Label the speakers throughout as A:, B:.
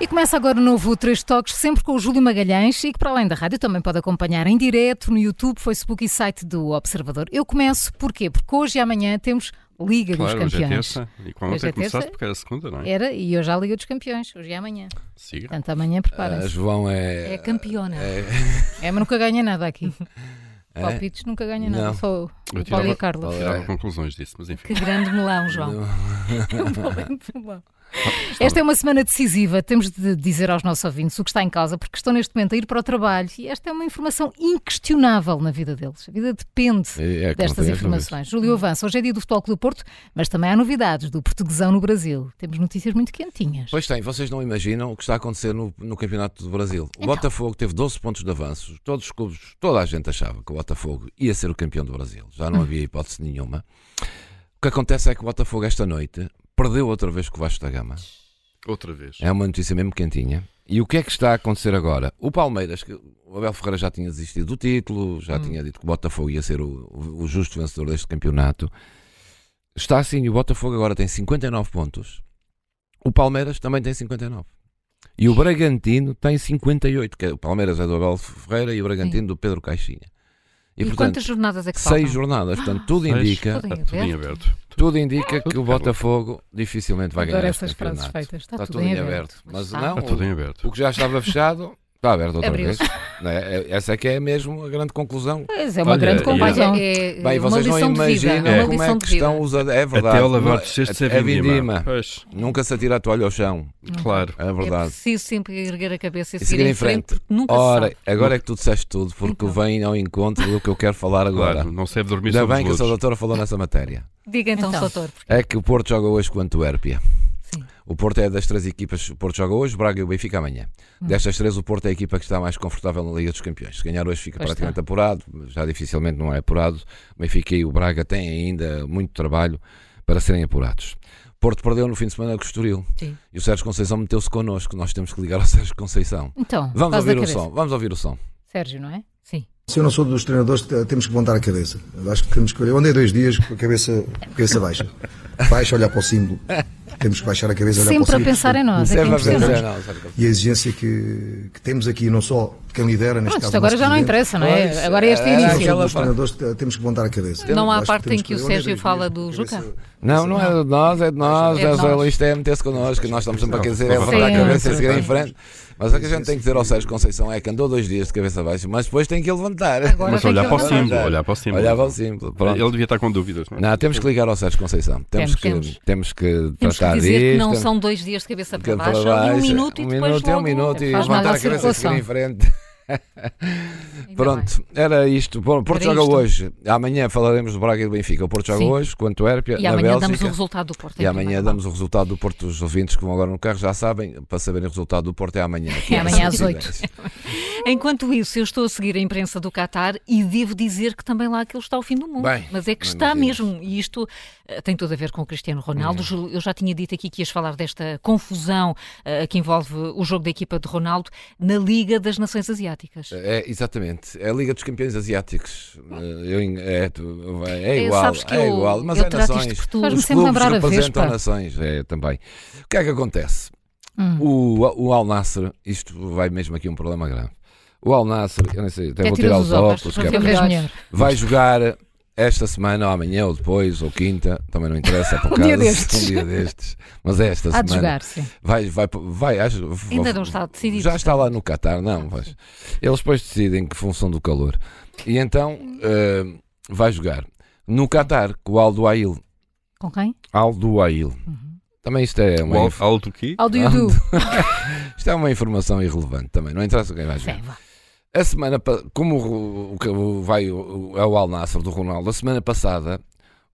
A: E começa agora o novo Três Toques, sempre com o Júlio Magalhães e que, para além da rádio, também pode acompanhar em direto no YouTube, Facebook e site do Observador. Eu começo porquê? Porque hoje e amanhã temos Liga
B: Claro,
A: dos
B: hoje é
A: Campeões.
B: terça. E quando
A: Hoje
B: ontem
A: é terça.
B: começaste, porque era segunda, não é?
A: Era e hoje há Liga dos Campeões, hoje e amanhã.
B: Siga.
A: Portanto, amanhã
C: Ah,
A: preparem-se.
C: João é.
A: É campeona.
C: é-
A: É, mas nunca ganha nada aqui.
C: é-
A: Palpites nunca ganha nada,
C: Não.
A: só o
B: Eu
A: Paulo e a
B: tirava,
A: Carla.
B: tirava conclusões disso, mas enfim.
A: Que grande melão, João.
C: não-
A: Esta é uma semana decisiva. Temos de dizer aos nossos ouvintes o que está em causa, porque estão neste momento a ir para o trabalho e esta é uma informação inquestionável na vida deles. A vida depende
C: é- é-
A: destas
C: é-
A: informações. Júlio Avança, hoje é dia do Futebol Clube Porto, mas também há novidades do portuguesão no Brasil. Temos notícias muito quentinhas.
C: Pois tem, vocês não imaginam o que está a acontecer no, no Campeonato do Brasil. O
A: Então.
C: Botafogo teve 12 pontos de avanço, todos os clubes, toda a gente achava que o Botafogo ia ser o campeão do Brasil, já
A: Hum.
C: não havia hipótese nenhuma. O que acontece é que o Botafogo esta noite perdeu outra vez com o Vasco da Gama.
B: Outra vez.
C: É uma notícia mesmo quentinha. E o que é que está a acontecer agora? O Palmeiras, que o Abel Ferreira já tinha desistido do título, já tinha dito que o Botafogo ia ser o, o justo vencedor deste campeonato. Está assim, o Botafogo agora tem 59 pontos. O Palmeiras também tem 59. E o Bragantino tem 58, que é- o Palmeiras é do Abel Ferreira e o Bragantino do Pedro Caixinha.
A: E, quantas jornadas é que faltam?
C: seis jornadas, portanto, tudo
B: Seis.
C: indica,
A: Tudo
B: Está tudo em aberto.
C: tudo indica que
B: Tudo.
C: o Botafogo dificilmente vai ganhar
A: Adoro
C: este
A: essas frases
C: campeonato.
A: feitas. Está,
C: Está tudo em aberto. Mas
A: Está.
C: não,
B: Está tudo em aberto.
C: O que já estava fechado está aberto outra
A: Abriu-se.
C: vez. Não é? É- Essa é que é mesmo a grande conclusão.
A: Pois, é uma
B: Olha,
A: grande
B: e-
A: conclusão.
D: É,
C: Então, Bem, vocês
D: uma
C: não
D: lição de vida.
C: imaginam
D: É. uma
C: como
D: lição
C: é que
D: de vida.
C: estão os. É verdade.
B: Até o lavar de cestos é,
C: é
B: vindima.
C: vindima.
B: Pois,
C: Nunca se atira a toalha ao chão.
B: claro.
C: É
D: É
C: verdade.
D: preciso sempre erguer a cabeça e
C: E
D: seguir, em frente, porque nunca se
C: Ora,
D: sabe.
C: agora é que tu disseste tudo, porque
D: Então.
C: vem ao encontro do que eu quero falar agora.
B: Claro, não serve dormir
C: Ainda
B: sobre
C: bem que a
B: os
C: sua
B: outros.
C: doutora falou nessa matéria.
D: Diga então,
A: Então.
D: Soutor. porque
C: É que o Porto joga hoje com o Antuérpia.
D: Sim.
C: O Porto é das três equipas. O Porto joga hoje, Braga e o Benfica amanhã. Destas três, o Porto é a equipa que está mais confortável na Liga dos Campeões. Se ganhar hoje, fica
A: Pois
C: praticamente apurado. Já dificilmente não é apurado. O Benfica e o Braga têm ainda muito trabalho para serem apurados. Porto perdeu no fim de semana com o Estoril.
D: Sim.
C: E o Sérgio Conceição meteu-se connosco. Nós temos que ligar ao Sérgio Conceição.
A: Então,
C: Vamos
A: faz a
C: ouvir o
A: cabeça.
C: som. Vamos ouvir o som.
A: Sérgio, não é? Sim.
E: Se eu não sou dos treinadores, te- temos que levantar a cabeça. Acho que temos que. Eu andei dois dias com a cabeça, cabeça baixa. Baixa, olhar para o símbolo. Temos que baixar a cabeça, olhar
A: Sempre
E: para
A: a
E: o símbolo.
A: pensar em nós. É que é
C: Sempre a pensar,
A: impressionante.
C: não, Sérgio Conceição.
E: E a exigência que, que temos aqui, não só de quem lidera, neste
A: Pronto,
E: caso.
A: Ah, isto
E: o
A: agora
E: nosso
A: já não
E: presidente.
A: interessa, não é?
C: Pois,
A: Agora é este
C: era
E: Se eu
A: início.
E: sou
C: aquela-
E: dos treinadores, te- temos que levantar a cabeça.
D: Não há
E: Acho
D: parte
E: temos
D: em que o
E: Eu andei
D: Sérgio
E: dois
D: fala
E: dias com a
D: do
E: cabeça-
D: Juca?
C: Não, não é de nós, é de nós,
D: É de
C: é de
D: nós.
C: isto é meter-se connosco, nós estamos sempre a querer dizer, é
B: Sim,
C: levantar a cabeça e seguir em
A: sim.
C: frente. Mas o que a gente tem que dizer ao Sérgio Conceição é que andou dois dias de cabeça baixa, mas depois tem que levantar.
A: Agora
B: Mas
A: tem
B: olhar
A: que
B: para o
A: levantar.
B: símbolo, olhar para o símbolo.
C: Olhava ao símbolo. Pronto.
B: Ele devia estar com dúvidas, não é?
C: Não, temos que ligar ao Sérgio Conceição. Temos,
A: Temos,
C: que, temos que
D: Temos que
C: tratar
D: dizer que
C: disto.
D: não são dois dias de cabeça para
C: que
D: baixo,
C: para
D: ali um
C: baixo,
D: minuto e
C: um
D: depois
C: minuto, é um
D: logo...
C: minuto e
A: faz mal
C: levantar
A: à
C: a cabeça e seguir
A: circulação.
C: em frente.
D: Ainda bem.
C: Pronto, era isto. Bom, o Porto
D: Era
C: joga
D: isto.
C: hoje. Amanhã falaremos do Braga e do Benfica. O Porto joga
D: Sim.
C: hoje com a Antuérpia,
D: E
C: na
D: amanhã damos um o
C: Bélgica.
D: resultado do Porto. é em
C: E amanhã
D: primeiro
C: damos o resultado do Porto. Os ouvintes que vão agora no carro já sabem, para saberem o resultado do Porto é amanhã. aqui
A: É
C: na
A: amanhã às
C: Cidade.
A: oito.
D: lugar. Enquanto isso, eu estou a seguir a imprensa do Qatar e devo dizer que também lá aquilo está ao fim do mundo.
C: Bem,
D: Mas é que
C: não
D: está
C: me digas. Hum.
D: mesmo. E isto eh, tem tudo a ver com o Cristiano Ronaldo. Ju- Eu já tinha dito aqui que ias falar desta confusão eh, que envolve o jogo da equipa de Ronaldo na Liga das Nações Asiáticas.
C: É, exatamente. É a Liga dos Campeões Asiáticos. Eu en- é, tu- é
D: É,
C: igual.
D: sabes que
C: é
D: eu-
C: igual. Mas
D: eu
C: é
D: trato isto
C: nações.
D: por tu.
C: Os
A: Faz-me
C: clubes
A: sempre lembrar a
C: representam
A: Vespa.
C: nações é, também. O que é que acontece? O, o Al Nasser, isto vai mesmo aqui um problema grave. O Al Nasser, eu nem sei, até
D: Até
C: vou
D: tira
C: tirar
D: os
C: os
D: óculos,
C: óculos,
D: para
C: que é
A: Cada
D: ver
A: vez
D: melhor.
A: melhor.
C: vai jogar esta semana, ou amanhã, ou depois, ou quinta, também não interessa, por
A: Um dia
C: acaso,
A: destes.
C: um dia destes. Mas é esta
A: Há de
C: semana.
A: jogar, sim.
C: Vai, vai, vai, acho,
D: Ainda não está decidido,
C: Já está lá no Qatar, não, mas eles depois decidem que função do calor. E então eh, vai jogar no Qatar com o Aldo Ail.
A: Com quem?
C: Aldo Ail.
A: Uhum.
C: Também isto é,
B: O
C: uma,
B: Al-
C: inf-
B: Aldo Ki,
A: Ao do Yudu.
C: isto é uma informação irrelevante também, não interessa quem vai jogar.
A: Sim, vá.
C: A semana pa- como o, o, que o- vai o, o- é o Al Nassr do Ronaldo, a semana passada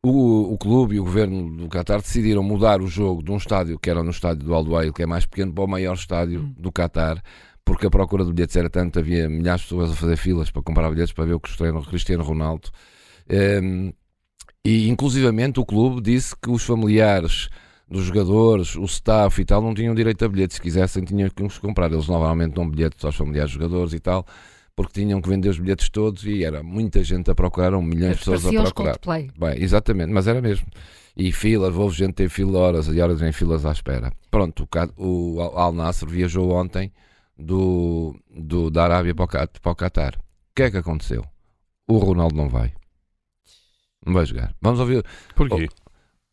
C: o, o clube e o governo do Qatar decidiram mudar o jogo de um estádio que era no estádio do Al Duail, que é mais pequeno, para o maior estádio do Qatar, porque a procura de bilhetes era tanta, havia milhares de pessoas a fazer filas para comprar bilhetes para ver o Cristiano, Cristiano Ronaldo. Hum, e inclusivamente o clube disse que os familiares dos jogadores, o staff e tal, não tinham direito a bilhetes. Se quisessem, tinham que os comprar. Eles normalmente dão bilhetes aos familiares dos jogadores e tal, porque tinham que vender os bilhetes todos e era muita gente a procurar, um milhão de pessoas a
D: Parecia aos
C: procurar.
D: Coldplay.
C: Bem, exatamente, mas era mesmo. E fila, houve gente ter fila horas e horas em filas à espera. Pronto, o, Ca- o Al- Al Nasser viajou ontem do, do, da Arábia para o, Cat- para o Qatar. O que é que aconteceu? O Ronaldo não vai. Não vai jogar. Vamos ouvir.
B: Porquê?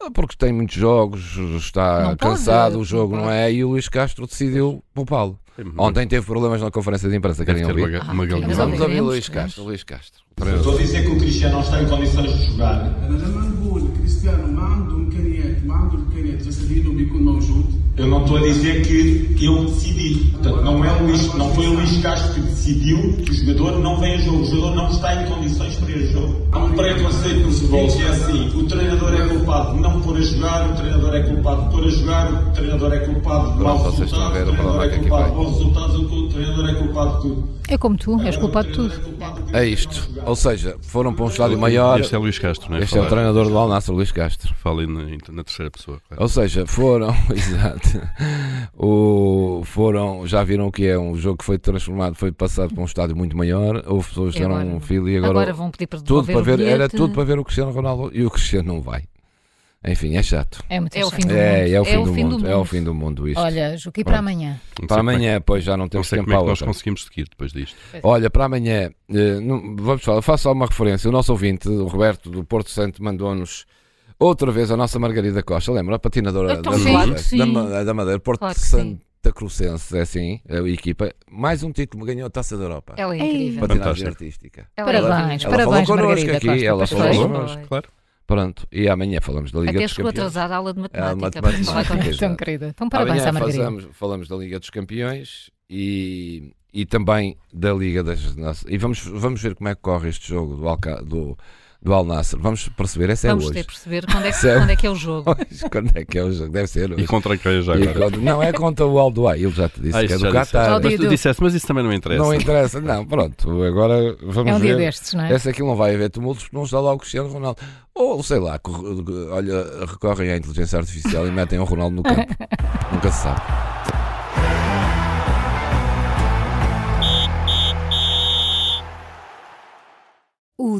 C: Ah, Porque tem muitos jogos, está
D: Não pode,
C: cansado,
D: não
C: o jogo não,
D: pode.
C: é, e o Luís Castro decidiu poupá-lo. Ontem teve problemas na conferência de imprensa,
B: Deve
C: queriam
B: ter uma,
C: ouvir.
B: ga- uma
D: queremos
B: galinha.
D: ouvir.
C: Vamos ouvir o
D: Queremos,
C: Luís
D: queremos.
C: Castro. Luís Castro.
F: Estou a dizer que o Cristiano não está em condições de jogar.
G: انا لما نقول كريستيانو ما عنده امكانيات ما عنده امكانيات جسديه انه بيكون موجود
F: Eu não estou a dizer que eu decidi. Portanto, não, é o Luís, não foi o Luís Castro que decidiu que o jogador não vem a jogo. O jogador não está em condições para ir a jogo. Há um preconceito no futebol que é assim: o treinador é culpado de não pôr a jogar, o treinador é culpado de pôr a jogar, o treinador é culpado de
C: Pronto,
F: maus
C: vocês estão a
F: resultados,
C: ver o
F: o treinador
C: problema
F: é
C: que aqui
F: culpado de
C: vai.
F: bons resultados, o treinador é culpado de tudo.
D: É como tu, és culpado de tudo.
F: O treinador é culpado de
C: É isto. Ou seja, foram para um estádio maior.
B: Este é Luís Castro, não é?
C: Este é o
B: Falar-
C: treinador do Al Nassr, Luís Castro.
B: Falem na, na terceira pessoa. Claro.
C: Ou seja, foram, exato, o, foram, já viram o que é um jogo que foi transformado, foi passado para um estádio muito maior, houve pessoas que
D: E
C: deram
D: agora?
C: um filho e
D: Agora,
C: agora,
D: vão pedir para
C: tudo
D: devolver
C: para ver,
D: o
C: era
D: bilhete.
C: tudo para ver o Cristiano Ronaldo e o Cristiano não vai. Enfim, é chato.
A: É muito
D: É o
A: chato.
D: fim
C: É,
D: do mundo.
C: é o fim, do, mundo, é o fim do mundo isto.
A: Olha, Juca, e para
C: Pronto.
A: amanhã?
B: Não sei
C: para
B: como é que-
C: amanhã, pois já não
B: Não
C: temos
B: sei
C: tempo
B: como é
C: para
B: que nós
C: outra.
B: conseguimos seguir depois disto.
C: Olha, para amanhã, eh, não- vamos falar, faço só uma referência. O nosso ouvinte, o Roberto do Porto Santo, mandou-nos outra vez a nossa Margarida Costa, lembra? A patinadora
D: Então,
C: da,
D: sim,
C: Madeira,
D: claro que sim.
C: da Ma- da Madeira, Porto
D: Claro que sim.
C: Santa Crucense, é assim, é a equipa. Mais um título, ganhou a Taça da Europa.
D: Ela é incrível.
C: Patinagem
B: Fantástico.
C: artística.
D: Ela é
A: Parabéns,
D: incrível.
C: Ela
A: parabéns,
C: falou connosco
A: Margarida
C: aqui,
A: Costa.
C: ela
A: parabéns.
C: falou
B: Falou
C: Pois.
B: connosco, claro.
C: Pronto, e amanhã falamos da Liga
D: Até
C: dos
D: chegou
C: Campeões.
D: atrasada à aula de
C: É,
D: matemática. para
C: matemática.
D: falar connosco.
A: Tão querida. Então, parabéns
C: amanhã
A: à Margarida.
C: fazamos- falamos da Liga dos Campeões e, e também da Liga das Nações. E vamos, vamos ver como é que corre este jogo do, Alca, do, do Al Nasser. Vamos perceber, essa
D: Vamos
C: é hoje.
D: ter de perceber quando é, que,
C: Isso é-
D: quando é que é o jogo.
C: Hoje, Quando é que é o jogo? Deve ser hoje.
B: E contra quem já
C: E
B: agora?
C: quando- Não, é contra o Aldoá, ele já te disse
B: Ah,
C: que é
B: isto já
C: do
B: disseste.
C: Qatar.
A: Ao dia
B: Mas tu
A: do-
B: disseste, mas isso também não me interessa.
C: Não interessa, não, pronto, agora vamos
A: É um dia
C: ver.
A: destes, não é?
C: Essa aqui não vai haver tumultos porque não está lá o Cristiano Ronaldo. Ou sei lá, corre- olha, recorrem à inteligência artificial e metem o Ronaldo no campo. Nunca se sabe.
A: O